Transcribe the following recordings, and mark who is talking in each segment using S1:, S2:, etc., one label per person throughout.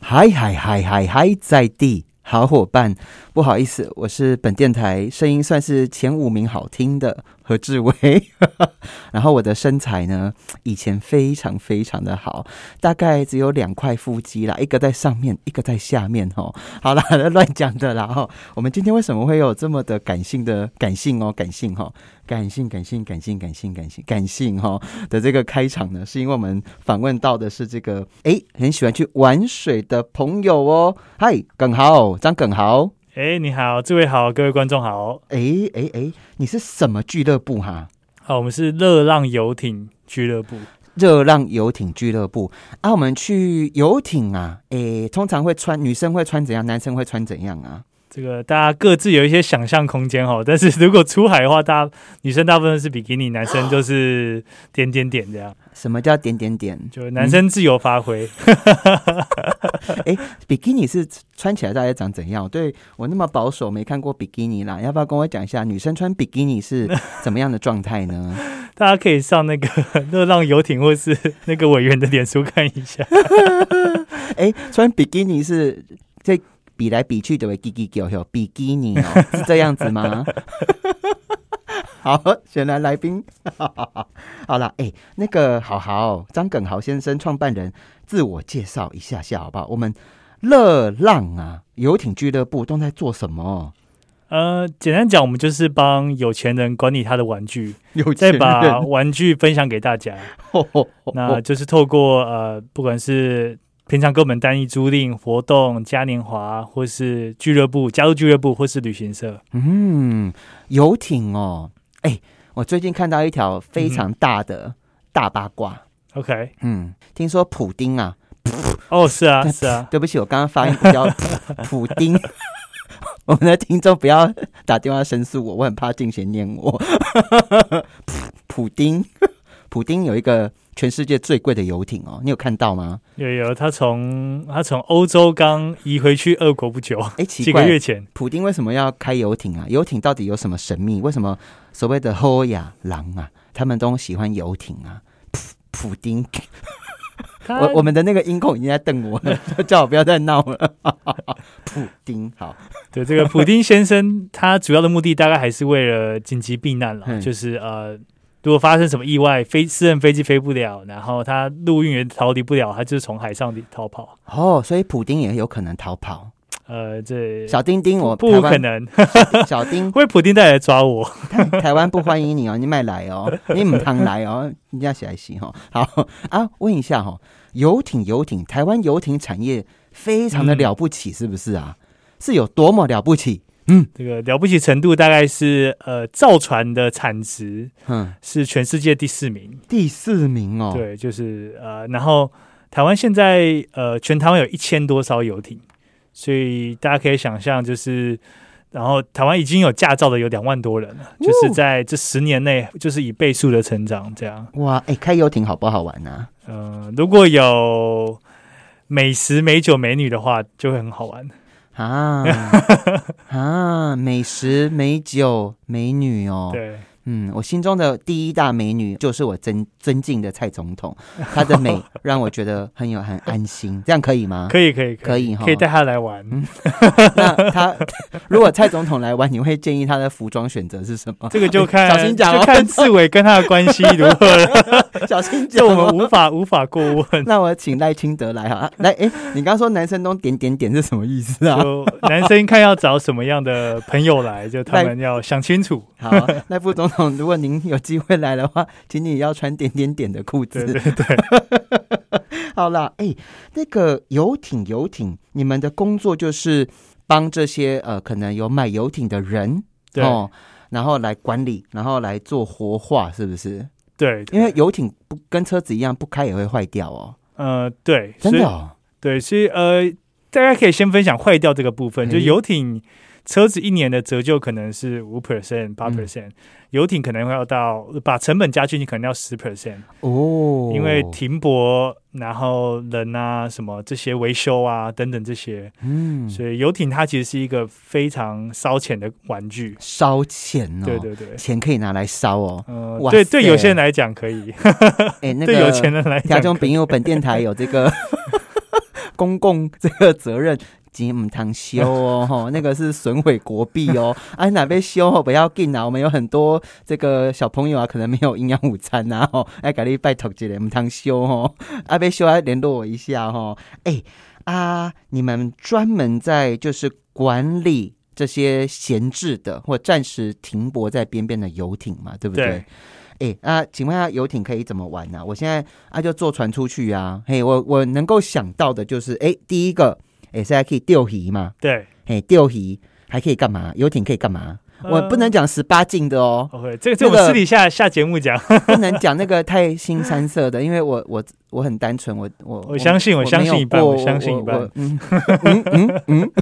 S1: 嗨嗨嗨嗨嗨，在地好伙伴，不好意思，我是本电台声音算是前五名好听的何志伟。 然后我的身材呢，以前非常非常的好，大概只有两块腹肌啦，一个在上面，一个在下面哦。好啦， 乱讲的啦哦。我们今天为什么会有这么的感性的感性哦，感性哈、哦，感性感性感性感性感性感性哈、哦、的这个开场呢，是因为我们访问到的是这个诶很喜欢去玩水的朋友哦。嗨，耿豪，张耿豪，
S2: 哎，你好，这位好，各位观众好。
S1: 诶诶诶，你是什么俱乐部哈、
S2: 哦好，我们是热浪游艇俱乐部。
S1: 热浪游艇俱乐部啊，我们去游艇啊，诶，通常会穿女生会穿怎样，男生会穿怎样啊？
S2: 这个大家各自有一些想象空间哈， 但是如果出海的话，大家女生大部分是比基尼，男生就是点点点这样，
S1: 什么叫点点点？
S2: 就男生自由发挥。
S1: 比基尼是穿起来大概长怎样？对我那么保守，没看过比基尼啦，要不要跟我讲一下女生穿比基尼是怎么样的状态呢？
S2: 大家可以上那个 热浪游艇或是那个委员的脸书看一下。
S1: 哎、穿比基尼是这比来比去的为 “gigi g i 比基尼 哦，是这样子吗？好，选来来宾， 好啦，哎、那个好好张耿豪先生创办人，自我介绍一下下好不好？我们乐浪啊游艇俱乐部都在做什么？
S2: 呃，简单讲，我们就是帮有钱人管理他的玩具，
S1: 有
S2: 再
S1: 钱
S2: 把
S1: 人，
S2: 玩具分享给大家。那就是透过呃，不管是平常给我们单一租赁活动、嘉年华，或是俱乐部加入俱乐部，或是旅行社，
S1: 嗯，游艇哦，哎、我最近看到一条非常大的大八卦，
S2: OK，
S1: 嗯，听说普丁啊，
S2: 哦，是啊，是 啊，
S1: 对不起，我刚刚发音比 较普丁。我们的听众不要打电话申诉我，我很怕进贤念我。普普丁，普丁有一个全世界最贵的游艇哦，你有看到吗？
S2: 有有，他从他从欧洲刚移回去俄国不久，
S1: 哎，
S2: 几
S1: 奇
S2: 个月
S1: 怪，
S2: 前，
S1: 普丁为什么要开游艇啊？游艇到底有什么神秘？为什么所谓的欧亚狼啊，他们都喜欢游艇啊？普普丁，
S2: 他
S1: 我我们的那个音控已经在瞪我 了，叫我不要再闹了。普丁，好，
S2: 对这个普丁先生，他主要的目的大概还是为了紧急避难了，
S1: 嗯
S2: 就是呃。如果发生什么意外，飞私人飞机飞不了，然后他陆运也逃离不了，他就是从海上里逃跑。
S1: 哦，所以普丁也有可能逃跑。
S2: 呃，这
S1: 小丁丁，我
S2: 不可能，
S1: 台湾。小 丁，
S2: 会普丁带来抓我。
S1: 台湾不欢迎你哦，你卖来哦，你唔常来哦，你这样写来洗哦。好啊，问一下哦，游艇，游艇，台湾游艇产业非常
S2: 嗯
S1: 的了不起，是不是啊？是有多么了不起？
S2: 这个了不起程度大概是呃，造船的产值
S1: 嗯，
S2: 是全世界第四名，
S1: 第四名哦，，
S2: 对，就是呃，然后台湾现在呃，全台湾有一千多艘游艇，所以大家可以想象，就是然后台湾已经有驾照的有两万多人了，就是
S1: 哦
S2: 在这十年内，就是以倍数的成长这样。
S1: 哇，哎、开游艇好不好玩啊？
S2: 嗯、如果有美食、美酒、美女的话，就会很好玩。
S1: 啊啊，美食、美酒、美女哦，
S2: 对，
S1: 嗯，我心中的第一大美女就是我尊尊敬的蔡总 统，她的美让我觉得很有很安心，这样 可以吗？
S2: 可以，可以，
S1: 可以
S2: 以，
S1: 哈
S2: 可以带他来玩。
S1: 那她如果蔡总统来玩，你会建议她的服装选择是什 么？
S2: 这个就看
S1: 小心讲哦
S2: 就看志伟跟他的关系如何 了，
S1: 小心
S2: 这
S1: 讲
S2: 我们
S1: 哦。
S2: 无法无法过 问。
S1: 那我请赖清德来哈、啊，来，哎、你刚刚说男生都点点点是什么意思 啊？
S2: 就男生看要找什么样的朋友来，就他们要想 清楚。
S1: 好，赖副总统，如果您有机会来的话，请你要穿点点点的裤
S2: 对
S1: 子。
S2: 对对，
S1: 好啦，哎、那个游艇，游艇，你们的工作就是帮这些呃，可能有买游艇的人，
S2: 对
S1: 哦，然后来管理，然后来做活化，是不是？
S2: 对，对
S1: 因为游艇不跟车子一样，不开也会坏掉哦，
S2: 呃对，
S1: 真的
S2: 所以
S1: 哦，
S2: 对，所以呃，大家可以先分享坏掉这个部分，
S1: 哎
S2: 就游艇。车子一年的折旧可能是五 percent、八
S1: 嗯
S2: percent，游艇可能会要到把成本加进去，可能要十 percent，
S1: 哦，
S2: 因为停泊，然后人啊什么这些维修啊等等这些，
S1: 嗯
S2: 所以游艇它其实是一个非常烧钱的玩具。
S1: 烧钱哦，
S2: 对对对，
S1: 钱可以拿来烧 哦，
S2: 呃
S1: 哇，
S2: 对
S1: 塞
S2: 对，有些人来讲可以，
S1: 哎、那个
S2: 对有钱人来
S1: 条
S2: 讲可
S1: 中
S2: 以，
S1: 饼友本电台有这个公共这个责任。金母堂修哦，吼，那个是损毁国币哦。啊，哪边修哦，不要紧啊。我们有很多这个小朋友啊，可能没有营养午餐呐、啊，吼、哦， 哎，赶紧拜托一下母堂修哦。 啊，被修来联络我一下哦。哎、欸、啊，你们专门在就是管理这些闲置的或暂时停泊在边边的游艇嘛，对不对？
S2: 对
S1: 哎、啊，请问下游艇可以怎么玩呢、啊？我现在啊就坐船出去啊。嘿，我我能够想到的就是，哎、第一个。哎，现在可以钓鱼嘛？
S2: 对
S1: 嘿，钓鱼还可以干嘛？游艇可以干嘛？我不能讲十八禁的哦，
S2: OK，这个这个
S1: 那个
S2: 我私底下下节目讲，
S1: 不能讲那个太新三色的，因为我我我很单纯，我我
S2: 我相信我相信
S1: 没有
S2: 一半
S1: 过
S2: 我相信一半
S1: 我嗯嗯嗯嗯，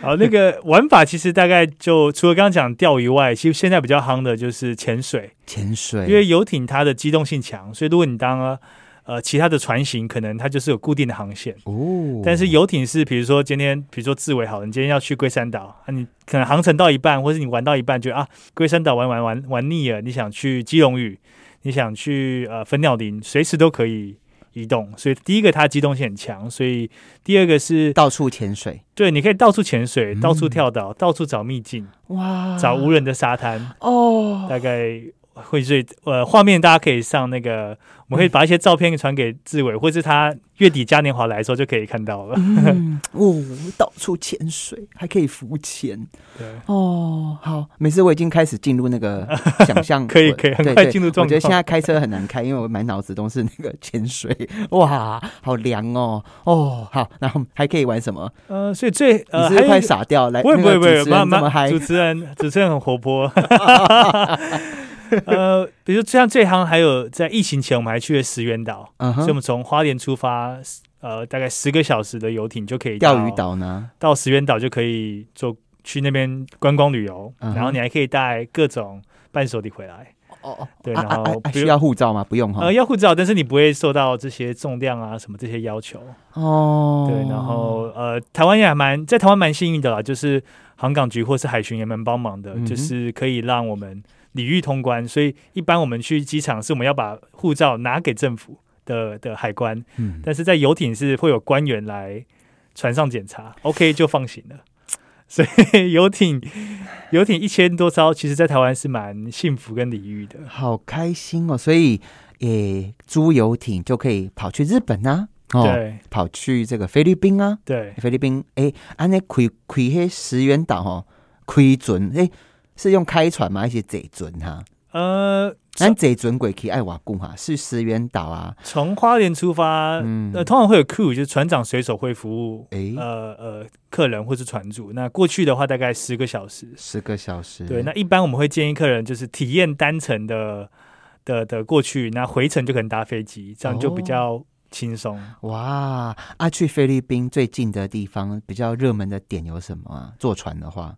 S2: 好，那个玩法其实大概就除了刚刚讲钓鱼外，其实现在比较夯的就是潜水，
S1: 潜水，
S2: 因为游艇它的机动性强，所以如果你当呃其他的船型，可能它就是有固定的航线。
S1: 哦，
S2: 但是游艇是，比如说今天，比如说志伟好了，你今天要去龟山岛啊，你可能航程到一半，或是你玩到一半，觉得啊龟山岛玩玩玩玩腻了，你想去基隆屿，你想去呃粉鸟林，随时都可以移动。所以第一个它机动性很强，所以第二个是
S1: 到处潜水，
S2: 对，你可以到处潜水，
S1: 嗯
S2: 到处跳岛，到处找秘境，
S1: 哇，
S2: 找无人的沙滩，
S1: 啊哦，
S2: 大概。会最呃，画面大家可以上那个，我们会把一些照片传给志伟，或是他月底嘉年华来的时候就可以看到了。
S1: 嗯哦，到处潜水还可以浮潜，
S2: 对，
S1: 哦，好，没事，我已经开始进入那 个想象，
S2: 可以
S1: 我
S2: 可以很
S1: 对
S2: 快
S1: 对
S2: 进入
S1: 我
S2: 状
S1: 觉得现
S2: 况
S1: 在开车很难开，因为我满脑子都是那个潜水，哇，好凉哦，哦，好，然后还可以玩什么？
S2: 呃，所以最呃，
S1: 你是不是
S2: 还有
S1: 快
S2: 一个
S1: 傻掉？来，
S2: 不会不会
S1: 那
S2: 不
S1: 个
S2: 会，
S1: 主持人这么
S2: 蛮
S1: 嗨
S2: 主，持人 主持人很 活泼。呃，比如像这行，还有在疫情前我们还去了石原岛，
S1: 嗯
S2: 所以我
S1: 哼，
S2: 们从花莲出发，呃，大概十个小时的游艇就可以到
S1: 钓鱼，岛呢？
S2: 到石原岛就可以做去那边观光旅游，
S1: 嗯哼
S2: 然后你还可以带各种伴手礼回来。
S1: 哦哦，
S2: 对
S1: 啊
S2: 然
S1: 啊啊
S2: 后
S1: 啊
S2: 比如
S1: 需要护照吗？不用哈
S2: 呃，。要护照，但是你不会受到这些重量啊什么这些要求。
S1: 哦，
S2: 对，然后呃，台湾也还蛮在台湾蛮幸运的啦，就是航港局或是海巡也蛮帮忙的，
S1: 嗯哼
S2: 就是可以让我们礼遇通关。所以一般我们去机场是我们要把护照拿给政府的的海关，
S1: 嗯，
S2: 但是在游艇是会有官员来船上检查，OK 就放行了。 所以游艇游艇一千多艘，其实在台湾是蛮幸福跟礼遇的。
S1: 好开心哦，所以诶，租游艇就可以跑去日本啊，哦，
S2: 对
S1: 跑去这个菲律宾啊，
S2: 对，
S1: 菲律宾，哎、安尼开开迄石原岛吼，开船，哎、是用开船吗？还是坐船哈、
S2: 呃，
S1: 咱坐船过去爱瓦贡哈，是石原岛啊，
S2: 从花莲出发，
S1: 嗯，
S2: 呃，通常会有 crew，就是船长、水手会服务
S1: 哎、
S2: 呃呃客人或是船主。那过去的话大概十个小时，
S1: 十个小时，
S2: 对。那一般我们会建议客人就是体验单程的的的过去，那回程就可能搭飞机，这样就比
S1: 哦
S2: 较轻松。
S1: 哇，啊，去菲律宾最近的地方比较热门的点有什么啊？坐船的话，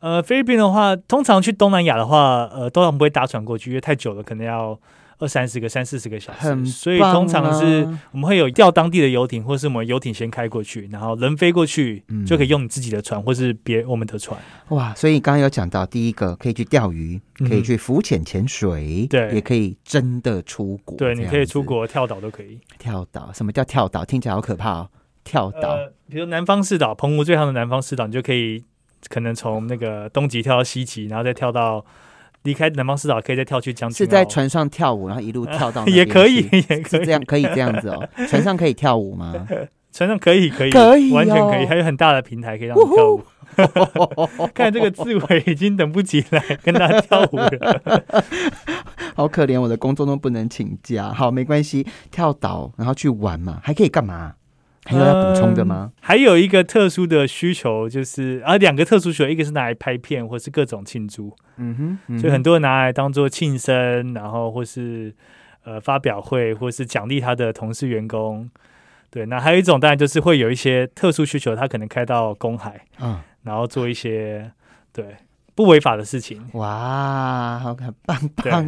S2: 呃，菲律宾的话，通常去东南亚的话，呃，通常不会搭船过去，因为太久了，可能要。二三十个、三四十个小时，
S1: 很、啊
S2: 所以通常是，我们会有调当地的游艇，或是我们游艇先开过去，然后人飞过去，
S1: 嗯
S2: 就可以用你自己的船或是别我们的船。
S1: 哇，所以刚刚有讲到，第一个可以去钓鱼，
S2: 嗯
S1: 可以去浮潜潜水，
S2: 对
S1: 也可以真的出国，
S2: 对，你可
S1: 这
S2: 以
S1: 样子
S2: 出国跳岛都可以。
S1: 跳岛，什么叫跳岛？听起来好可怕哦！跳岛、
S2: 呃，比如南方四岛，澎湖最好的南方四岛，你就可以可能从那个东极跳到西极，然后再跳到离开南方四岛，可以再跳去将军
S1: 是
S2: 澳
S1: 在船上跳舞，然后一路跳到那边去、
S2: 哦 也可以，也可
S1: 是
S2: 以
S1: 这样可以这样子哦。船上可以跳舞吗？
S2: 船上可以可以
S1: 可以哦
S2: 完全可以，还有很大的平台可以让你跳舞。看来这个志伟已经等不及来跟大家跳舞 了。
S1: 好可怜，我的工作都不能请假。好，没关系，跳岛然后去玩嘛，还可以干嘛？还有要补充的吗
S2: 嗯？还有一个特殊的需求就是，啊，两个特殊需求，一个是拿来拍片或是各种庆祝，
S1: 嗯哼，嗯哼
S2: 所以很多人拿来当做庆生，然后或是呃发表会，或是奖励他的同事员工。对，那还有一种当然就是会有一些特殊需求，他可能开到公海，
S1: 啊、
S2: 然后做一些对不违法的 事情。
S1: 哇，好很棒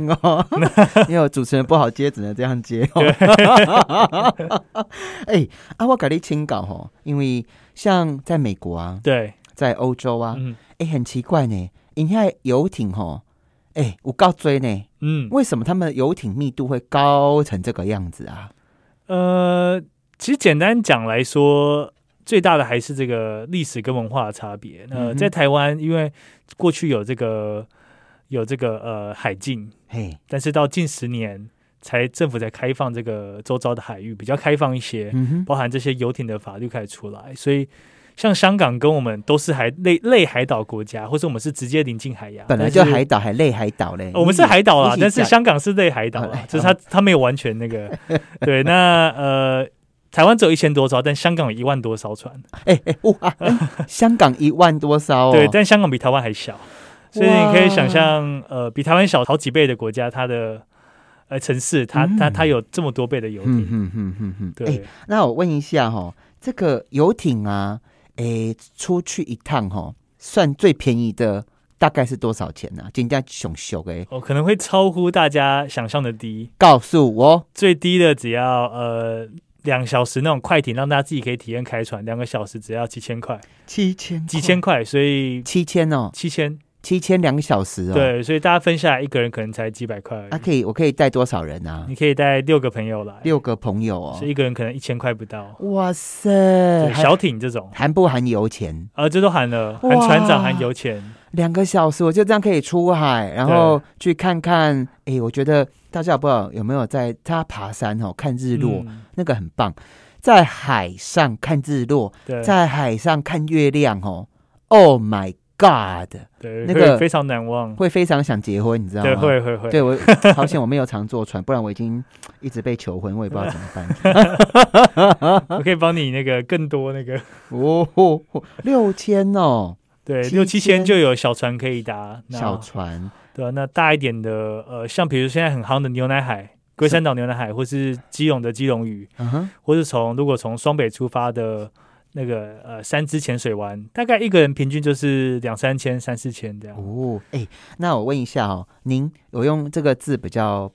S1: 棒哦！ 因为我主持人不好接，只能这样接哦。 哎、啊，我给你请稿哦，因为像在美国啊，
S2: 对，
S1: 在欧洲啊，
S2: 嗯
S1: 哎、很奇怪呢，因遐游艇吼，哎、有够追呢，
S2: 嗯，
S1: 为什么他们游艇密度会高成这个样子啊？
S2: 呃，其实简单讲来说，呃最大的还是这个历史跟文化的差别。那、
S1: 嗯哼
S2: 在台湾，因为过去有这个有这个呃海禁，
S1: 嘿，
S2: 但是到近十年才政府才开放这个周遭的海域，比较开放一些，
S1: 嗯哼，
S2: 包含这些游艇的法律开始出来，所以。像香港跟我们都是海类类海岛国家，或者我们是直接临近海洋，
S1: 本来
S2: 但
S1: 就是海岛还累海岛嘞，
S2: 呃我们是海岛啦
S1: 一，起
S2: 但是
S1: 讲
S2: 香港是类海岛
S1: 哦
S2: 啦，就是它它没有完全 那个。对，那呃，台湾只有一千多艘，但香港有一万多艘船。
S1: 哎哎哇， 香港一万多艘哦，
S2: 对，但香港比台湾还小，所以你可以
S1: 哇
S2: 想象，呃，比台湾小好几倍的国家，它的呃城市，它它
S1: 嗯
S2: 它有这么多倍的游
S1: 嗯
S2: 艇。
S1: 嗯嗯嗯嗯，哎
S2: 对，
S1: 那我问一下哈、这个游艇啊，诶，出去一趟哈、算最便宜的大概是多少钱呢、啊？人家熊熊诶，
S2: 哦，可能会超乎大家想象的低，
S1: 告诉我，
S2: 最低的只要呃。两小时那种快艇，让大家自己可以体验开船，两个小时只要七千块，
S1: 七千，
S2: 几千，块，所以
S1: 七千哦，
S2: 七千
S1: 七千两个小时哦。，
S2: 对，所以大家分下来，一个人可能才几百块而已。
S1: 啊，可以，我可以带多少人啊？
S2: 你可以带六个朋友来，
S1: 六个朋友哦
S2: 所。以一个人可能一千块不到。
S1: 哇塞，
S2: 对，
S1: 还
S2: 小艇这种，
S1: 含不含油钱？
S2: 呃，这都含了，含
S1: 哇
S2: 船长，含油钱。
S1: 两个小时我就这样可以出海，然后去看看。诶，我觉得大家有不有有没有在他爬山哦，看日落？
S2: 嗯
S1: 那个很棒，在海上看日落，
S2: 对，
S1: 在海上看月亮哦。Oh my God，
S2: 对，
S1: 那
S2: 会
S1: 个
S2: 非常难忘。
S1: 会非常想结婚，你知道吗？
S2: 对，会会会。
S1: 对我好险我没有常坐船，不然我已经一直被求婚，我也不知道怎么办。
S2: 我可以帮你那个更多那个，
S1: 哦，吼吼六千哦，
S2: 对，
S1: 七
S2: 六七
S1: 千
S2: 千就有小船可以搭。那
S1: 小 船
S2: 对啊，那大一点的，呃，像比如现在很夯的牛奶海。龟山岛牛奶海，或是基隆的基隆屿，
S1: 嗯哼，
S2: 或是从如果从双北出发的那个呃三支浅水湾，大概一个人平均就是两三千、三四千这样。
S1: 哦，哎、那我问一下哦，您我用这个字比较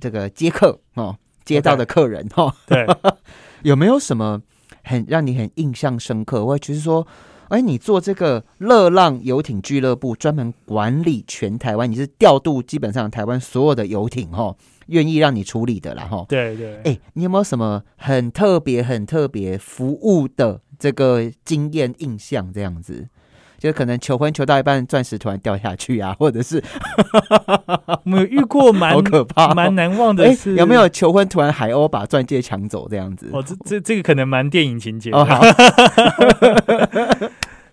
S1: 这个接客哦，接到的客人哦，
S2: 对，
S1: 有没有什么很让你很印象深刻，或者就是说，哎，你做这个热浪游艇俱乐部，专门管理全台湾，你是调度基本上台湾所有的游艇哈、哦，愿意让你处理的啦哈、哦。
S2: 对对，
S1: 哎，你有没有什么很特别、很特别服务的这个经验印象？这样子，就可能求婚求到一半，钻石突然掉下去啊，或者是
S2: 我们有遇过蛮
S1: 好可怕哦、
S2: 蛮难忘的
S1: 哎
S2: 是，
S1: 有没？有求婚突然海鸥把钻戒抢走这样子？
S2: 哦，这这这个可能蛮电影情节的
S1: 哦，好，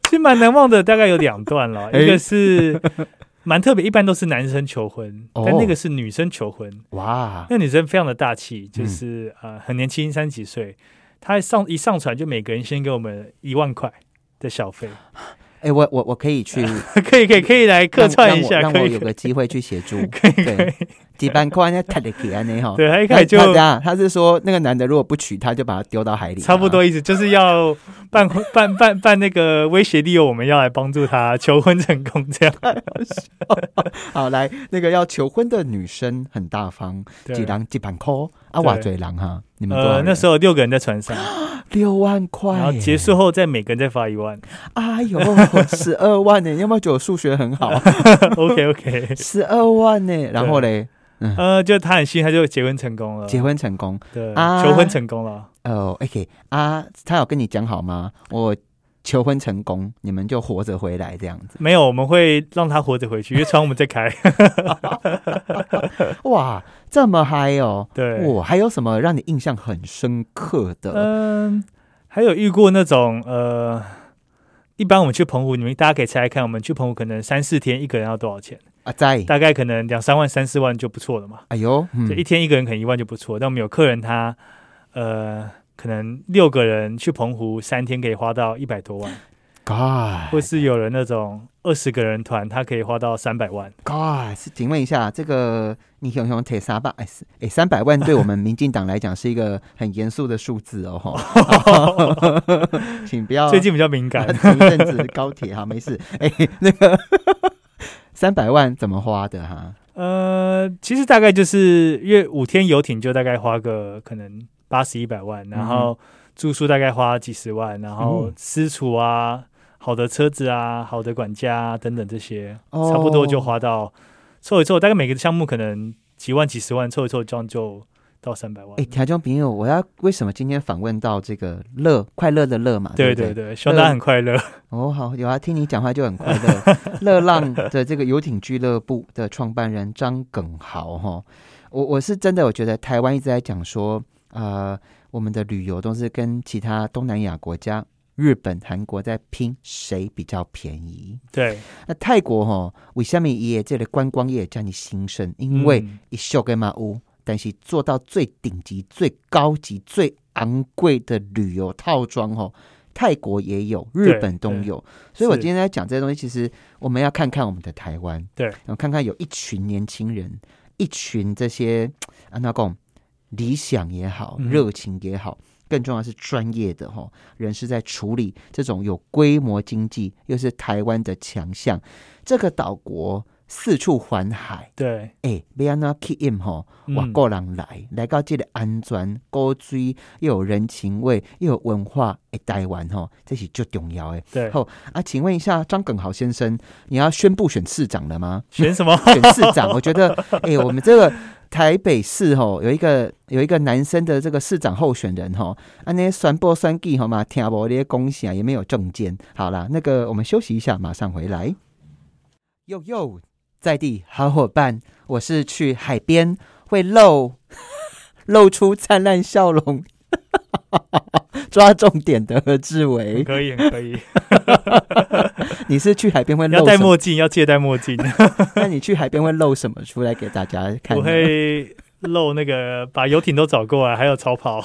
S2: 其实蛮难忘的，大概有两段 了，
S1: 哎
S2: 一个是蛮特别，一般都是男生求婚，
S1: 哦
S2: 但那个是女生求婚，
S1: 哇，
S2: 那女生非常的大气，就
S1: 嗯
S2: 是呃很年轻，三十几岁，她上一上船就每个人先给我们一万块。的小费，
S1: 哎，我我我可以去
S2: 可以可以可以来客
S1: 让
S2: 串一下，
S1: 让我
S2: 可
S1: 让我
S2: 以
S1: 有个机会去协助。
S2: 可以可以
S1: 对，几班块那太得给安内哈。
S2: 对，他一开
S1: 他
S2: 始就
S1: 他他他是说那个男的如果不娶她，就把他丢到海里吗。啊
S2: 差不多意思，就是要办 办办办那个威胁利诱，我们要来帮助他求婚成功， 这样。
S1: 好，来那个要求婚的女生很大方，几
S2: 对，
S1: 人几万块啊，
S2: 对
S1: 瓦嘴狼哈，你们多少
S2: 呃，
S1: 人
S2: 那时候六个人在船上，
S1: 六万块耶，
S2: 然后结束后再每个人再发一万。
S1: 哎呦，十二万呢，你有没有觉得我数学很 好？
S2: OK OK，
S1: 十二万呢，然后嘞，
S2: 呃，就他很幸运，他就结婚成功了，
S1: 结婚成功，
S2: 对，
S1: 啊
S2: 求婚成功了。
S1: 哦，OK 啊，他有跟你讲好吗？我求婚成功，你们就活着回来这样子，
S2: 没有，我们会让他活着回去，因为船我们在开。
S1: 哇，这么嗨哦！
S2: 对，
S1: 哇，还有什么让你印象很深刻的？
S2: 嗯，还有遇过那种呃，一般我们去澎湖，你们大家可以猜猜看，我们去澎湖可能三四天，一个人要多少钱？
S1: 啊，在，
S2: 大概可能两三万、三四万就不错了嘛。
S1: 哎呦，
S2: 就一
S1: 嗯，
S2: 天一个人可能一万就不错，但我们有客人他呃，可能六个人去澎湖三天可以花到一百多 万，或
S1: God，God
S2: 是有人那种二十个人团，他可以花到三百 万。
S1: 是，请问一下，这个你熊熊铁沙巴，哎，是哎，三百万对我们民进党来讲是一个很严肃的数字哦， 哈，请不要
S2: 最近比较 敏感，
S1: 前一阵子高铁哈，没 事。哎、那个三百万怎么花的哈？
S2: 呃，其实大概就是因为五天游艇就大概花个可能八十一百万，然后住宿大概花几十万，然后
S1: 嗯
S2: 私厨啊、好的车子啊、好的管家、啊、等等这些，差不多就花到凑一凑，大概每个项目可能几万、几十万凑一凑，这样就到三百万。
S1: 哎，台中朋友，我要为什么今天访问到这个乐快乐的乐嘛？
S2: 对
S1: 对
S2: 对
S1: 不
S2: 对，希望大家很快乐。
S1: 哦，好，有啊，听你讲话就很快乐。乐浪的这个游艇俱乐部的创办人张耿豪哈，我我是真的，我觉得台湾一直在讲说，呃，我们的旅游都是跟其他东南亚国家、日本、韩国在拼谁比较便宜。
S2: 对，
S1: 那泰国哈，为什么也这里观光业这样的兴盛？因为
S2: 嗯
S1: 一秀跟马屋，但是做到最顶级、最高级、最昂贵的旅游套装哦，泰国也有，日本都有。所以我
S2: 是
S1: 今天在讲这些东西，其实我们要看看我们的台湾，
S2: 对
S1: 然后看看有一群年轻人，一群这些啊，那讲理想也好，
S2: 嗯
S1: 热情也好。更重要的是专业的哈人士在处理这种有规模经济，又是台湾的强项。这个岛国四处环海，
S2: 对，
S1: 诶，要安怎吸引吼
S2: 嗯
S1: 外国人来，来到这个安全、高水又有人情味又有文化的台湾吼，这是最重要的。
S2: 对
S1: 好，啊，请问一下张耿豪先生，你要宣布选市长了吗？
S2: 选什么？
S1: 选市长，我觉得，诶，我们这个台北市吼有一个有一个男生的这个市长候选人吼，啊，那些酸波酸计吼嘛，听无那些恭喜啊，也没有证件。好啦，那个我们休息一下，马上回来。哟哟，在地好伙伴，我是去海边会露 露出灿烂笑容， 抓重点的何志
S2: 很
S1: 伟，
S2: 可以，很可以。
S1: 你是去海边会
S2: 你要
S1: 露
S2: 戴
S1: 什么？
S2: 墨镜，要记得戴墨镜。
S1: 那你去海边会露什么出来给大家看呢？
S2: 我会露那个，把游艇都找过来，还有 超跑，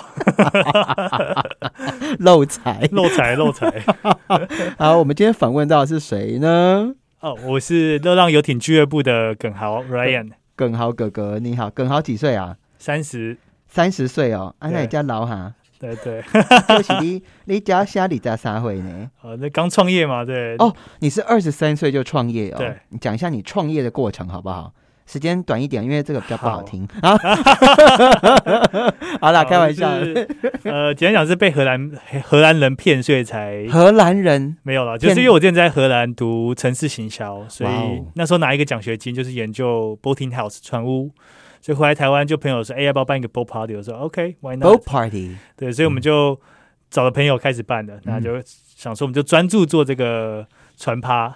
S1: 露财。
S2: 漏财漏财。
S1: 好，我们今天访问到的是谁呢？
S2: 哦，我是热浪游艇俱乐部的耿豪 Ryan，
S1: 耿豪哥哥，你好，耿豪几岁啊？
S2: 三十，
S1: 三十岁哦，啊，
S2: 对
S1: 那你家老哈，
S2: 对对，
S1: 就是你，你家虾里家啥会呢？
S2: 呃，那刚创业嘛，对，
S1: 哦你是二十三岁就创业哦，
S2: 对，
S1: 你讲一下你创业的过程好不好？时间短一点，因为这个比较不好
S2: 好
S1: 听啊。 好啦，
S2: 哦
S1: 开玩笑，
S2: 就是呃，简单讲是被荷兰荷兰人骗，所以才
S1: 荷兰人
S2: 没有了。就是因为我之前在荷兰读城市行销，所
S1: 哇
S2: 以
S1: 哦
S2: 那时候拿一个奖学金，就是研究 boating house 船屋。所以回来台湾，就朋友说：“哎、要不要办一个 boat party？” 我说：“OK，Why、not？”
S1: boat party，
S2: 对，所以我
S1: 嗯
S2: 们就找了朋友开始办的，那就想说我们就专注做这个船趴，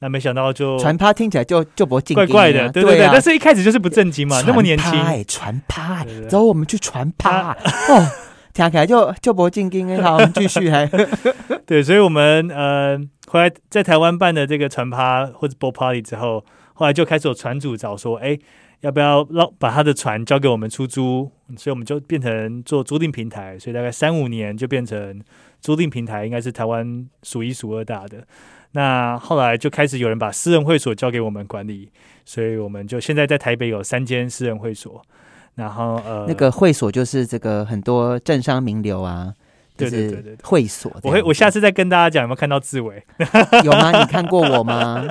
S2: 那没想到就
S1: 船趴听起来就就不进
S2: 哦怪怪的，对
S1: 对
S2: 对，
S1: 啊
S2: 但是一开始就是不正经嘛，那么年轻，
S1: 船趴欸船趴欸
S2: 对对对
S1: 走，我们去船趴哦。听起来就就不进京 哎，好，我们继续还
S2: 呃对，所以我们呃后来在台湾办的这个船趴或者 boat party 之后，后来就开始有船主找说，哎。要不要让把他的船交给我们出租？所以我们就变成做租赁平台，所以大概三五年就变成租赁平台，应该是台湾数一数二大的。那后来就开始有人把私人会所交给我们管理，所以我们就现在在台北有三间私人会所，然后呃，
S1: 那个会所就是这个很多政商名流啊，就
S2: 对对对
S1: 是
S2: 对对
S1: 会所这样子。
S2: 我会我下次再跟大家讲有没有看到志伟
S1: 有吗？你看过我 吗？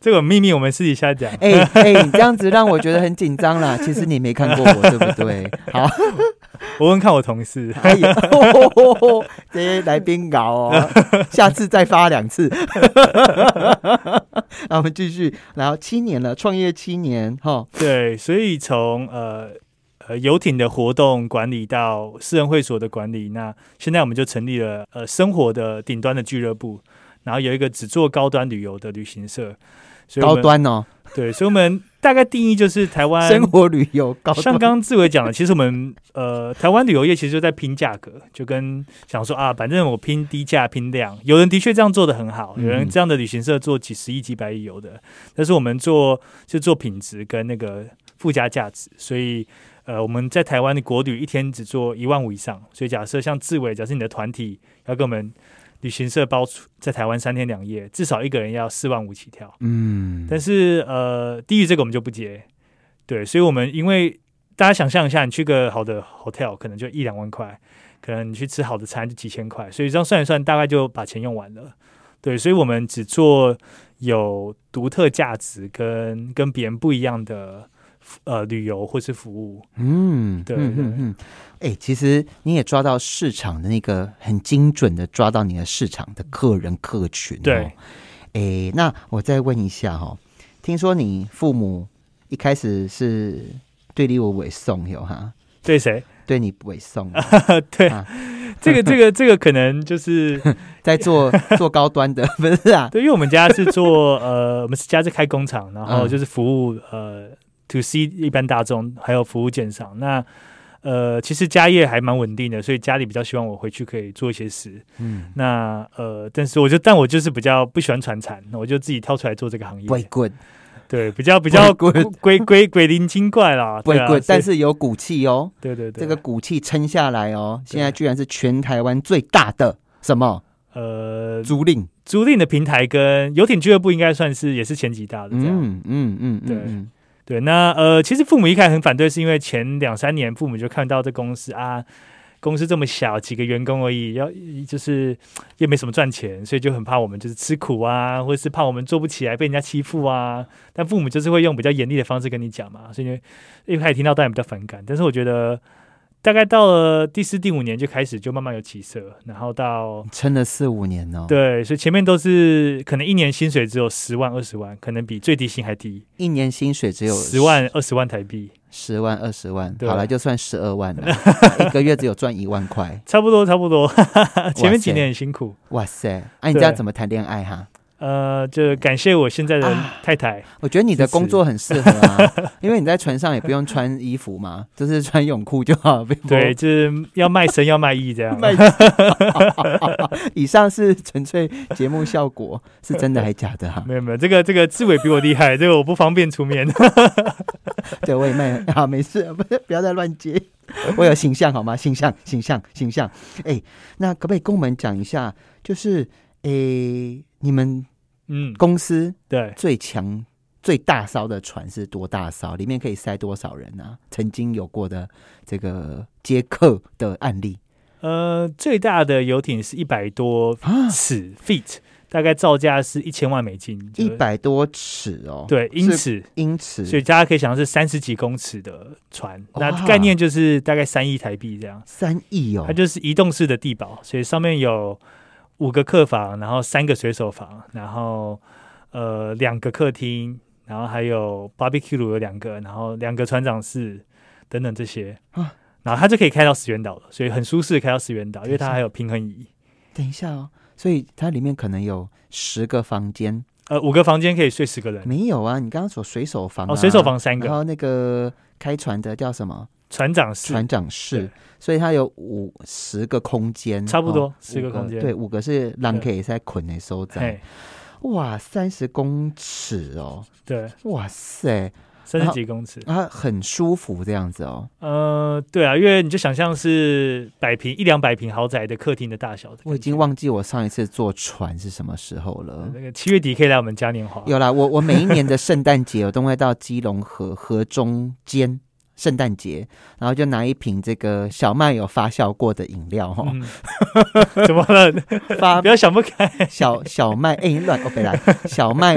S2: 这个秘密，我们私底下讲。
S1: 哎哎，你这样子让我觉得很紧张 啦。其实你没看过我，对不对？好，
S2: 我问看我同事，
S1: 哎呦，吼吼吼 这些来宾搞 哦，下次再发两次。 那我们继续，然后七年了，创业七年哈，吼
S2: 对，所以从呃呃游艇的活动管理到私人会所的管理，那现在我们就成立了呃生活的顶端的俱乐部，然后有一个只做高端旅游的旅行社，所以我
S1: 高
S2: 们
S1: 端哦，
S2: 对，所以我们大概定义就是台湾
S1: 生活旅游高端
S2: 像刚刚志伟讲的，其实我们 呃，台湾旅游业其实就在拼价格，就跟想说啊，反正我拼低价拼量。有人的确这样做的很好，有人
S1: 嗯
S2: 这样的旅行社做几十亿、几百亿有的，但是我们做就做品质跟那个附加价值，所以。呃，我们在台湾的国旅一天只做一万五以上，所以假设像志伟，假设你的团体要跟我们旅行社包出在台湾三天两夜，至少一个人要四万五起跳。
S1: 嗯，
S2: 但是呃，低于这个我们就不接。对，所以我们因为大家想象一下，你去个好的 hotel 可能就一两万块，可能你去吃好的餐就几千块，所以这样算一算，大概就把钱用完了。对，所以我们只做有独特价值跟跟别人不一样的呃旅游或是服务。
S1: 嗯，
S2: 对
S1: 嗯
S2: 对
S1: 嗯嗯，哎、其实你也抓到市场的那个很精准的抓到你的市场的客人客群、哦。
S2: 对
S1: 哎、那我再问一下哈、哦，听说你父母一开始是对立我委送有哈，
S2: 对谁？
S1: 对你不为送，
S2: 对
S1: 啊，
S2: 这个这个这个可能就是
S1: 在做做高端的， 不是啊？
S2: 对，因为我们家是做呃，我们家是开工厂，然
S1: 嗯
S2: 后就是服务呃 to C 一般大众，还有服务建商。那呃，其实家业还蛮稳定的，所以家里比较希望我回去可以做一些事。
S1: 嗯
S2: 那呃，但是我就但我就是比较不喜欢传产，那我就自己跳出来做这个行业。
S1: ，very good，
S2: 对，啊比较 比较
S1: 不会滚
S2: 鬼鬼鬼灵精怪啦，对
S1: very
S2: 啊
S1: good，
S2: 所以
S1: 但是有骨气哦，
S2: 对对对，啊
S1: 这个骨气撑下来哦。
S2: 对啊
S1: 现在居然是全台湾最大的什么
S2: 呃
S1: 租赁？
S2: 租赁的平台跟游艇俱乐部应该算是也是前几大的这样。
S1: 嗯嗯嗯嗯
S2: 对
S1: 嗯，
S2: 对，那呃，其实父母一开始很反对，是因为前两三年父母就看到这公司啊，公司这么小，几个员工而已，要就是也没什么赚钱，所以就很怕我们就是吃苦啊，或者是怕我们做不起来被人家欺负啊。但父母就是会用比较严厉的方式跟你讲嘛，所以一开始听到当然比较反感，但是我觉得。大概到了第四、第五年就开始就慢慢有起色，然后到
S1: 撑了四五年哦，，
S2: 对，所以前面都是可能一年薪水只有十万、二十万，可能比最低薪还低，
S1: 一年薪水只有
S2: 十万、二十万台币。
S1: 十万、二十万，
S2: 对
S1: 好了，就算十二万 了，一个月只有赚一万块，
S2: 差不多，差不多。前面
S1: 哇塞
S2: 几年很辛苦，
S1: 哇塞！啊，你这
S2: 对
S1: 样怎么谈恋爱哈？
S2: 呃，就感谢我现在的
S1: 啊
S2: 太太。
S1: 我觉得你的
S2: 支持
S1: 工作很适合啊， 因为你在船上也不用穿衣服嘛，就是穿泳裤就好。不用
S2: 对，，就是要卖身，要卖艺这 样。
S1: 卖 以上是纯粹节目效果，是真的还假的哈、
S2: 没有没有，这个这个志伟比我厉害，这个我不方便出面。
S1: 对，我也卖啊，没事， 不不要再乱接。 我有形象好吗？形象，形象，形象。哎、那可不可以跟我们讲一下，就是哎、你们
S2: 嗯，
S1: 公司
S2: 对，
S1: 最强、最大艘的船是多大艘？里面可以塞多少人啊？曾经有过的这个接客的案例
S2: 呃，最大的游艇是一百多
S1: 啊，
S2: 尺 feet，大概造价是一千万美金，就
S1: 一百多尺哦，，
S2: 对英尺。
S1: 英尺，
S2: 所以大家可以想象是三十几公尺的船，那
S1: 哇
S2: 概念就是大概三亿台币这样。
S1: 三亿哦
S2: 它，就是移动式的地堡，所以上面有五个客房，然后三个水手房，然后呃两个客厅，然后还有 barbecue 炉有两个，然后两个船长室等等这些
S1: 啊
S2: 然后它就可以开到石原岛了，所以很舒适地开到石原岛，因为它还有平衡椅。
S1: 等一下哦，所以它里面可能有十个房间，
S2: 呃，五个房间可以睡十个人。
S1: 没有啊？你刚刚说水手房、啊，
S2: 哦，水手，房三
S1: 然
S2: 个，
S1: 后那个开船的叫什么？
S2: 船长室
S1: 船长室
S2: 对，
S1: 所以它有五十个空间，
S2: 差不多
S1: 哦
S2: 10个空间
S1: 对，五个是浪可以在捆的收在
S2: 嘿，，
S1: 哇，三十公尺哦，
S2: 对，
S1: 哇塞，
S2: 三十几公尺。
S1: 它很舒服这样子哦，
S2: 呃，对啊，因为你就想象是百平一两百平豪宅的客厅的大小的感觉。
S1: 我已经忘记我上一次坐船是什么时候了。
S2: 那个七月底可以来我们嘉年华。
S1: 嗯有啦，我我每一年的圣诞节，我都会到基隆河河中间圣诞节，然后就拿一瓶这个小麦有发酵过的饮料哈、
S2: 嗯，怎么了？
S1: 发
S2: 不要想不开。
S1: 小小麦哎、乱哦，别来小麦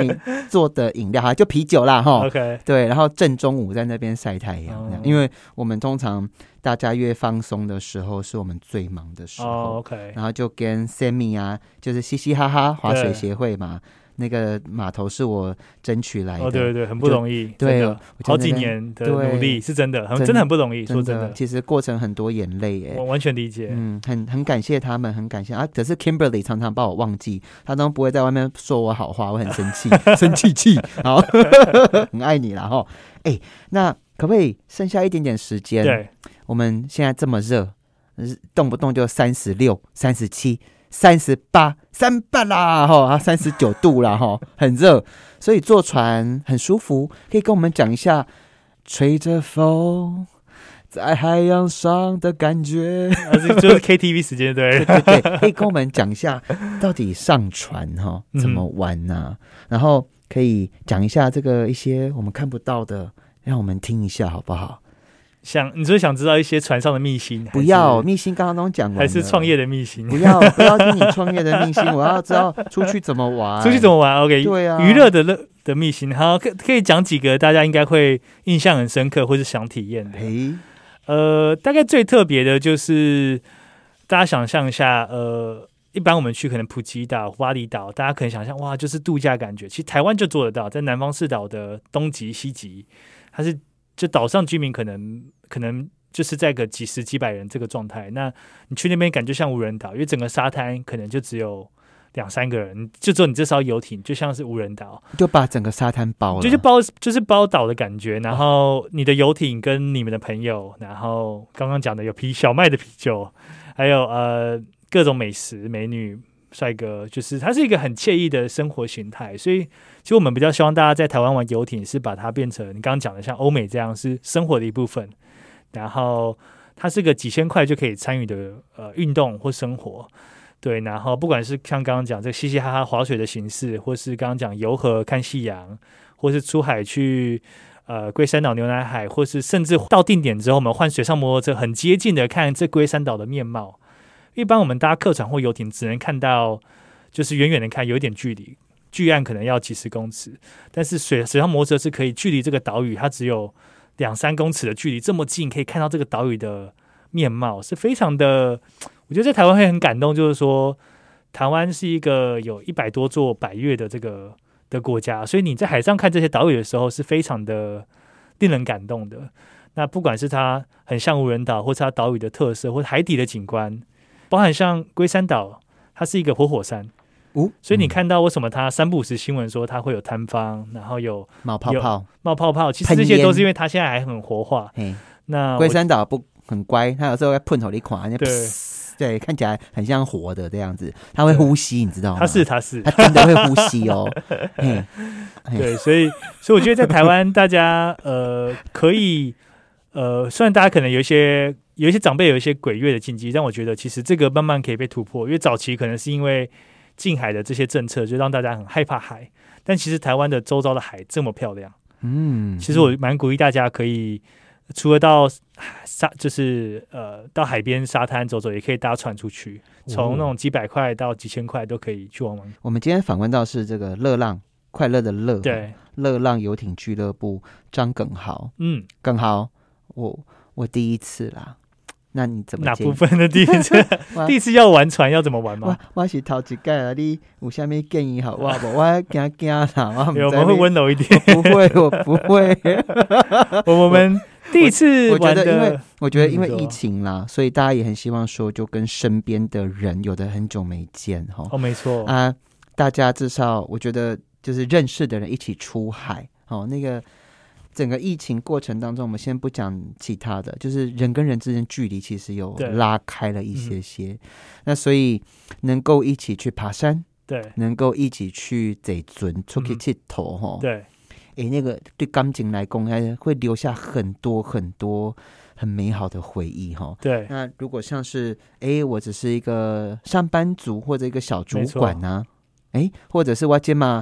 S1: 做的饮料哈，就啤酒啦哈。
S2: OK，
S1: 对，然后正中午在那边晒太阳，这样
S2: 哦
S1: 因为我们通常大家越放松的时候，是我们最忙的时候。
S2: 哦，OK，
S1: 然后就跟 Sammy 啊，就是嘻嘻哈哈滑水
S2: 对
S1: 协会嘛，那个码头是我争取来的。
S2: 嗯哦，对对对，很不容易，
S1: 对
S2: 真
S1: 我
S2: 的
S1: 就
S2: 好
S1: 在
S2: 几
S1: 那边
S2: 年的
S1: 对
S2: 努力是真的，很
S1: 真
S2: 真的很不容易，说真
S1: 的，
S2: 的，
S1: 其实过程很多眼泪耶
S2: 我。完全理解。
S1: 嗯，很很感谢他们，很感谢啊！可是 Kimberly 常常把我忘记，她都不会在外面说我好话，我很生气，生气气。好， 很爱你啦哈。哎、那可不可以剩下一点点时间？，
S2: 对，
S1: 我们现在这么热，呃动不动就三十六、三十七、三十八、三八啦，哈，三十九度啦，哈，很热，所以坐船很舒服。可以跟我们讲一下，吹着风在海洋上的感觉，
S2: 而是就是 KTV 时 间，对，
S1: 对对对，可以跟我们讲一下到底上船哈
S2: 嗯
S1: 怎么玩呐、然后可以讲一下这个一些我们看不到的，让我们听一下好不好？
S2: 想你是想知道一些船上的秘辛？
S1: 不要，密信刚刚都讲完了，
S2: 还是还是创业的秘辛？
S1: 不要不要听你创业的秘辛，我要知道出去怎么玩，
S2: 出去怎么玩？OK，
S1: 对啊
S2: 娱乐的乐的秘辛，好，可可以讲几个大家应该会印象很深刻或是想体验的。
S1: 诶，
S2: 呃，大概最特别的就是大家想象一下，呃，一般我们去可能普吉岛、巴厘岛，大家可能想象哇，就是度假感觉。其实台湾就做得到，在南方四岛的东极、西极，它是就岛上居民可能可能就是在个几十几百人这个状态。那你去那边感觉像无人岛，因为整个沙滩可能就只有两三个人，就只有你这艘游艇，就像是无人岛，
S1: 就把整个沙滩包了，
S2: 就是包就是包岛的感觉。然后你的游艇跟你们的朋友，然后刚刚讲的有啤小麦的啤酒，还有呃各种美食、美女、帅哥，就是它是一个很惬意的生活形态。所以其实我们比较希望大家在台湾玩游艇，是把它变成你刚刚讲的像欧美这样是生活的一部分，然后它是个几千块就可以参与的呃运动或生活。对，然后不管是像刚刚讲这个嘻嘻哈哈划水的形式，或是刚刚讲游河看夕阳，或是出海去呃龟山岛牛奶海，或是甚至到定点之后，我们换水上摩托车，很接近的看这龟山岛的面貌。一般我们搭客船或游艇，只能看到就是远远的看，有一点距离，距岸可能要几十公尺，但是水水上摩托车是可以距离这个岛屿，它只有两三公尺的距离，这么近可以看到这个岛屿的面貌，是非常的。我觉得在台湾会很感动，就是说台湾是一个有一百多座百越的这个的国家，所以你在海上看这些岛屿的时候，是非常的令人感动的。那不管是它很像无人岛，或是它岛屿的特色，或海底的景观，包含像龟山岛，它是一个活火山，
S1: 哦，
S2: 所以你
S1: 嗯
S2: 看到为什么它三不五时新闻说它会有坍方，然后有
S1: 冒泡
S2: 有
S1: 泡，
S2: 冒泡泡，其实
S1: 喷
S2: 这些
S1: 烟
S2: 都是因为它现在还很活化。
S1: 嘿，
S2: 那
S1: 龟
S2: 我
S1: 山岛不很乖，它有时候会碰头一款，那
S2: 啊对
S1: 噗对，看起来很像活的这样子，它会
S2: 对
S1: 呼吸，你知道吗？
S2: 它是它是
S1: 它真的会呼吸 哦，嘿，嘿
S2: 对，所以所以我觉得在台湾，大家呃可以呃，虽然大家可能有一些有一些长辈有一些鬼月的禁忌，但我觉得其实这个慢慢可以被突破，因为早期可能是因为近海的这些政策，就让大家很害怕海，但其实台湾的周遭的海这么漂亮，
S1: 嗯，
S2: 其实我蛮鼓励大家可以。除了到沙，就是呃，到海边沙滩走走，也可以搭船出去，
S1: 哦
S2: 从那种几百块到几千块都可以去玩玩。
S1: 我们今天访问到是这个乐浪快乐的乐，，
S2: 对，
S1: 乐浪游艇俱乐部张耿豪，
S2: 嗯，
S1: 耿豪，我我第一次啦，那你怎么
S2: 哪
S1: 建议
S2: 部分的第一次？
S1: 哇
S2: 第一次要玩船要怎么玩
S1: 我
S2: 吗？
S1: 我是头一届啊，你有啥物建议好我无？我惊惊啦，我
S2: 对，
S1: 唔
S2: 我
S1: 知
S2: 们会
S1: 要
S2: 温柔 一点。
S1: 不会，我 不会。
S2: 我我们第一次
S1: 我觉
S2: 玩
S1: 得因为
S2: 的，
S1: 我觉得因为
S2: 嗯你说
S1: 疫情啦，所以大家也很希望说，就跟身边的人有的很久没见哈、
S2: 哦，没错，
S1: 啊，大家至少我觉得就是认识的人一起出海哦，那个。整个疫情过程当中，我们先不讲其他的，就是人跟人之间距离其实有
S2: 对
S1: 拉开了一
S2: 嗯
S1: 些些。那所以能够一起去爬山，
S2: 对
S1: 能够一起去贼尊出去
S2: 嗯
S1: 剃头哈，
S2: 对，
S1: 诶、那个对感情来讲，还会留下很多很多很美好的回忆哦哈。
S2: 对，
S1: 那如果像是诶，我只是一个上班族或者一个小主
S2: 没错
S1: 管呐、诶，或者是我今嘛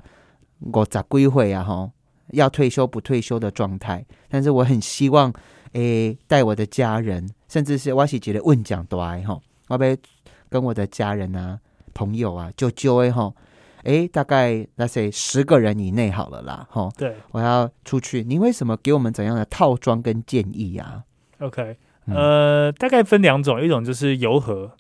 S1: 我咋归会啊哈，吼要退休不退休的状态，但是我很希望诶带我的家人，甚至是我是觉得问讲多爱哈，吼我要跟我的家人啊、朋友啊、舅舅诶哈，诶，大概那谁十个人以内好了啦哈。吼
S2: 对
S1: 我要出去，你为什么给我们怎样的套装跟建议啊？
S2: ，OK，
S1: 嗯
S2: 呃，大概分两种，一种就是游河，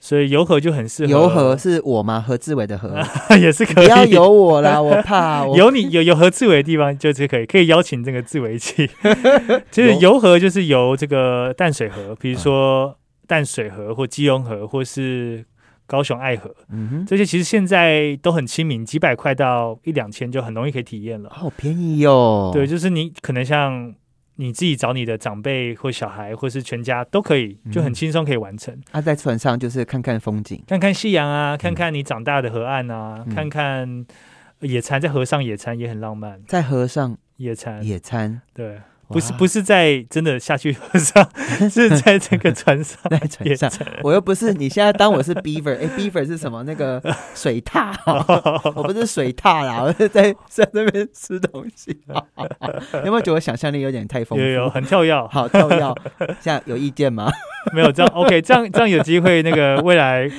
S2: 所以游河就很适合，
S1: 游河是我吗？何志伟的河，
S2: 也是
S1: 不
S2: 可
S1: 要
S2: 以。
S1: 游我啦， 我怕我。
S2: 有你有有和自伟的地方就是可以，可以邀请这个自伟 一起。其实
S1: 有
S2: 游河就是游这个淡水河，
S1: 嗯
S2: 比如说淡水河或基隆河，或是高雄爱河，
S1: 嗯哼，
S2: 这些其实现在都很亲民，几百块到一两千就很容易可以体验了。
S1: 好便宜哦哟、
S2: 对，，就是你可能像你自己找你的长辈或小孩，或是全家都可以，就很
S1: 嗯
S2: 轻松可以完成。
S1: 啊，在船上就是看看风景，
S2: 看看夕阳啊，看看你长大的河岸啊，
S1: 嗯
S2: 看看野餐，在河上野餐也很浪漫。
S1: 在河上
S2: 野餐，
S1: 野餐，
S2: 对，不是
S1: 哇
S2: 不是在真的下去河上，是在这个船上
S1: 在船
S2: 野
S1: 上
S2: 餐。。
S1: 我又不是你现在当我是 beaver，哎、b e a v e r 是什么？那个水獭、我不是水獭啦，我是在在那边吃东 西。有没有觉得我想象力有点太丰
S2: 有
S1: 富？
S2: 有很跳跃，
S1: 好跳跃，现在有意见吗？
S2: 没有这样 OK，这样这样有机会，那个未来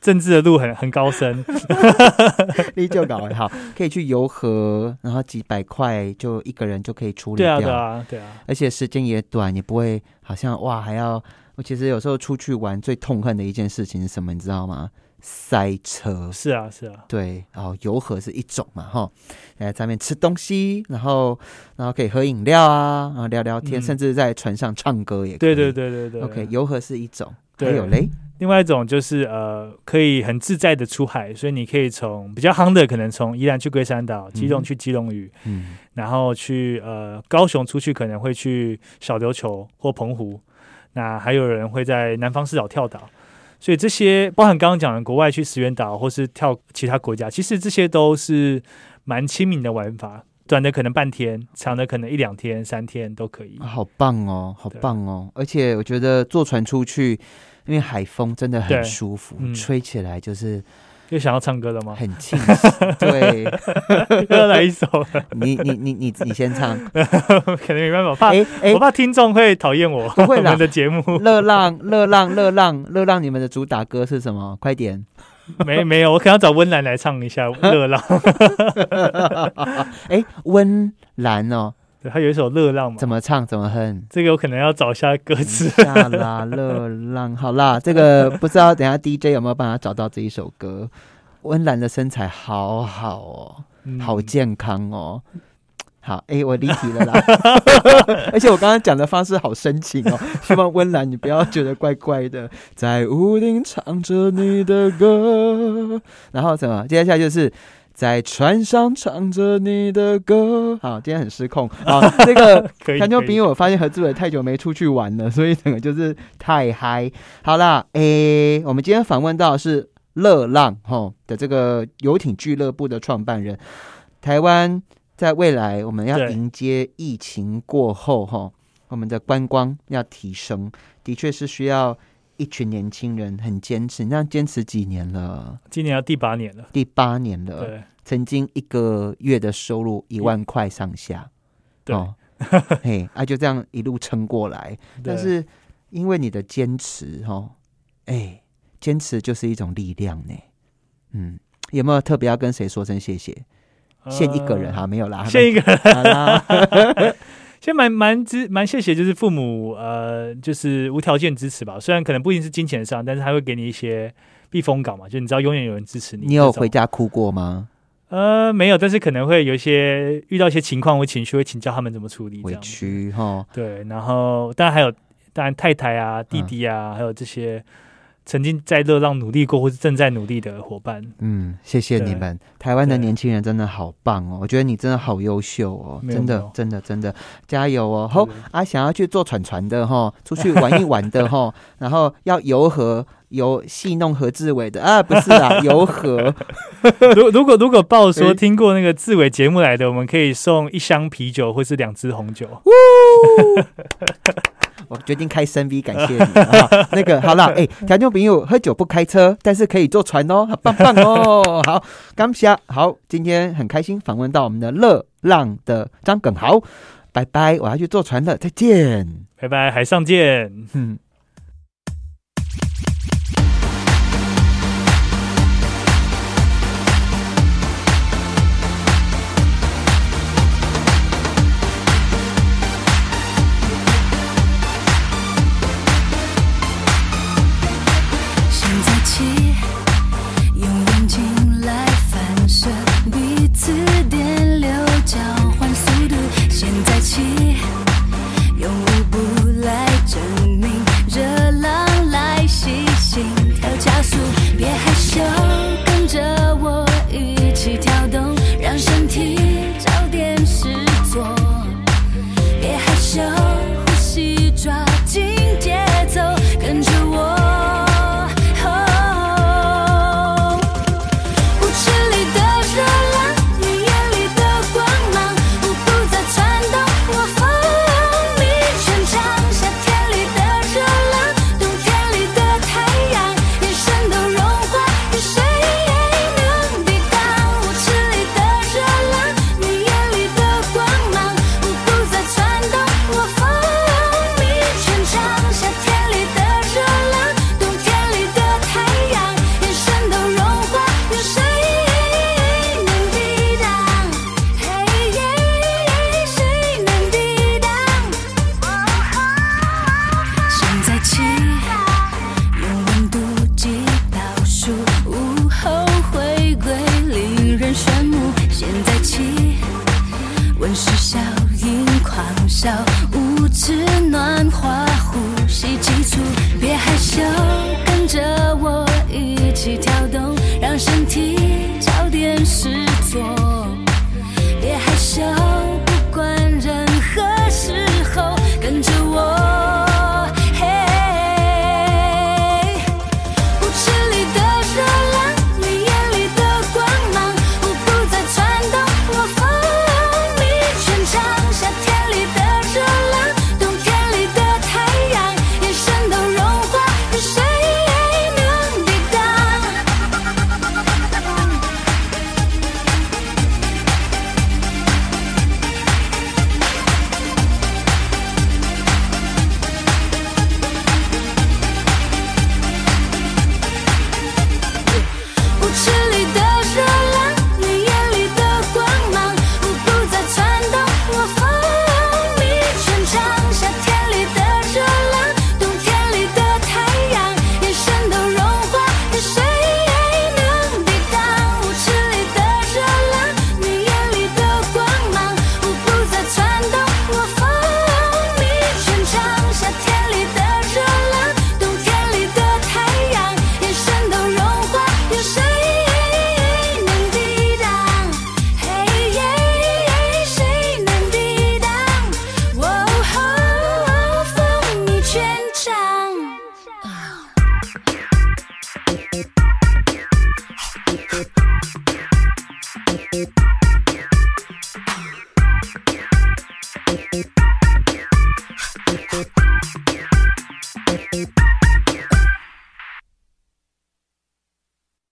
S2: 政治的路很很高深，
S1: 立就搞也好，可以去游河，然后几百块就一个人就可以处理
S2: 对
S1: 掉，
S2: 啊对啊对啊，
S1: 而且时间也短，也不会好像哇还要我其实有时候出去玩最痛恨的一件事情是什么，你知道吗？塞车。
S2: 是啊，是啊，
S1: 对，然后游河是一种嘛，哈，来在那边吃东西，然后然后可以喝饮料啊，然后聊聊天，
S2: 嗯
S1: 甚至在船上唱歌也可以。
S2: 对对对对对。
S1: OK，游河是一种，还
S2: 对
S1: 有嘞，
S2: 另外一种就是呃，可以很自在的出海，所以你可以从比较夯的，可能从宜兰去龟山岛，基隆去基隆屿，
S1: 嗯，
S2: 然后去呃高雄出去，可能会去小琉球或澎湖，那还有人会在南方四岛跳岛，所以这些包含刚刚讲的国外去石垣岛或是跳其他国家，其实这些都是蛮亲民的玩法，短的可能半天，长的可能一两天、三天都可以
S1: 啊。好棒哦，好
S2: 对
S1: 棒哦！而且我觉得坐船出去，因为海风真的很
S2: 对
S1: 舒服，
S2: 嗯
S1: 吹起来就是
S2: 又想要唱歌了吗？
S1: 很清 爽。对
S2: 又要来一首了，
S1: 你，你你你你先唱。
S2: 可能没办法，怕
S1: 哎哎
S2: 我，怕听众会讨厌我
S1: 不会
S2: 我
S1: 啦
S2: 们的节目
S1: 热浪热浪热浪热浪，你们的主打歌是什么？快点！
S2: 没没有，我可能要找温岚来唱一下《热浪》
S1: 哎，温岚哦，
S2: 对，他有一首《热浪》嘛
S1: 怎，么唱怎么哼。
S2: 这个我可能要找一下歌词。
S1: 下啦，热浪，好啦，这个不知道等一下 DJ 有没有办法找到这一首歌。温岚的身材好好哦，
S2: 嗯
S1: 好健康哦。好，哎、我离题了啦。而且我刚刚讲的方式好深情哦，希望温岚你不要觉得怪怪的，在屋顶唱着你的歌，然后怎么？接下来就是。在船上唱着你的歌，好，今天很失控好，这个
S2: 可以，
S1: 谭秋
S2: 可以
S1: 平，我发现何志伟太久没出去玩了，所以整个就是太嗨。好啦，诶、我们今天访问到的是乐浪吼的这个游艇俱乐部的创办人。台湾在未来我们要
S2: 对
S1: 迎接疫情过后吼，我们的观光要提升，的确是需要一群年轻人很坚持。你这样坚持几年了？
S2: 今年要第八年了，
S1: 第八年了，
S2: 对
S1: 曾经一个月的收入一万块上下。
S2: 对
S1: 哦、嘿，啊，就这样一路撑过来。
S2: 对
S1: 但是因为你的坚持，哦，哎，坚持就是一种力量呢。嗯，有没有特别要跟谁说声谢谢？限一个人，哈，没有啦，
S2: 呃限一个人，
S1: 好啦，
S2: 先蛮蛮支蛮谢谢，就是父母呃，就是无条件支持吧。虽然可能不一定是金钱上，但是他会给你一些避风港嘛，就你知道永远有人支 持你。
S1: 你有
S2: 这种
S1: 回家哭过吗？
S2: 呃没有，但是可能会有一些遇到一些情况或情绪，会请教他们怎么处理。这
S1: 委
S2: 样子
S1: 屈哈，
S2: 对，然后当然还有，当然太太啊、
S1: 嗯
S2: 弟弟啊，还有这些曾经在热浪努力过或是正在努力的伙伴，
S1: 嗯，谢谢你们，台湾的
S2: 对
S1: 年轻人真的好棒哦，我觉得你真的好优秀哦，
S2: 没有
S1: 真
S2: 没
S1: 的
S2: 有
S1: 真的真的加油哦！吼
S2: 对
S1: 啊，想要去坐船船的哈，出去玩一玩的哈，然后要游河游戏弄何志伟的啊，不是啦，游河
S2: 如如果如果报说
S1: 诶
S2: 听过那个志伟节目来的，我们可以送一箱啤酒或是两支红酒。
S1: 我决定开深 V，感谢你啊！那个好啦，哎、条件朋友喝酒不开车，但是可以坐船哦，好棒棒哦！好，感谢，好，今天很开心访问到我们的乐浪的张耿豪，拜拜，我要去坐船了，再见。
S2: 拜拜，海上见。
S1: 嗯。
S3: 现在起，用眼睛来反射彼此电流交换速度。现在起，用舞步来证明热浪来袭，心跳加速。别害羞，跟着我一起跳动，让身体找点事做。别害羞，呼吸抓紧节奏，跟着我。哦舞池里的热浪，你眼里的光芒，舞步在转动，我风靡全场。夏天里的热浪，冬天里的太阳，眼神都融化，有谁能抵挡？舞池里的热浪，你眼里的光芒，舞步在转动，我风靡全场。夏少五指暖化呼吸急促，别害羞，跟着我一起跳动，让身体